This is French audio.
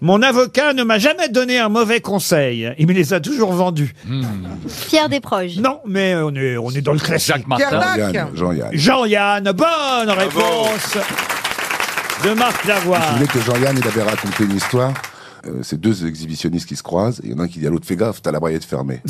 Mon avocat ne m'a jamais donné un mauvais conseil. Il me les a toujours vendus. Pierre Desproges. Non, mais euh, on est, on est dans le classique. Jean-Yann. Jean-Yann. Jean-Yann, bonne réponse de Marc Vous Lavoie. voulez que Jean-Yann, il avait raconté une histoire euh, c'est deux exhibitionnistes qui se croisent, et il y en a un qui dit à l'autre, fais gaffe, t'as la braillette fermée.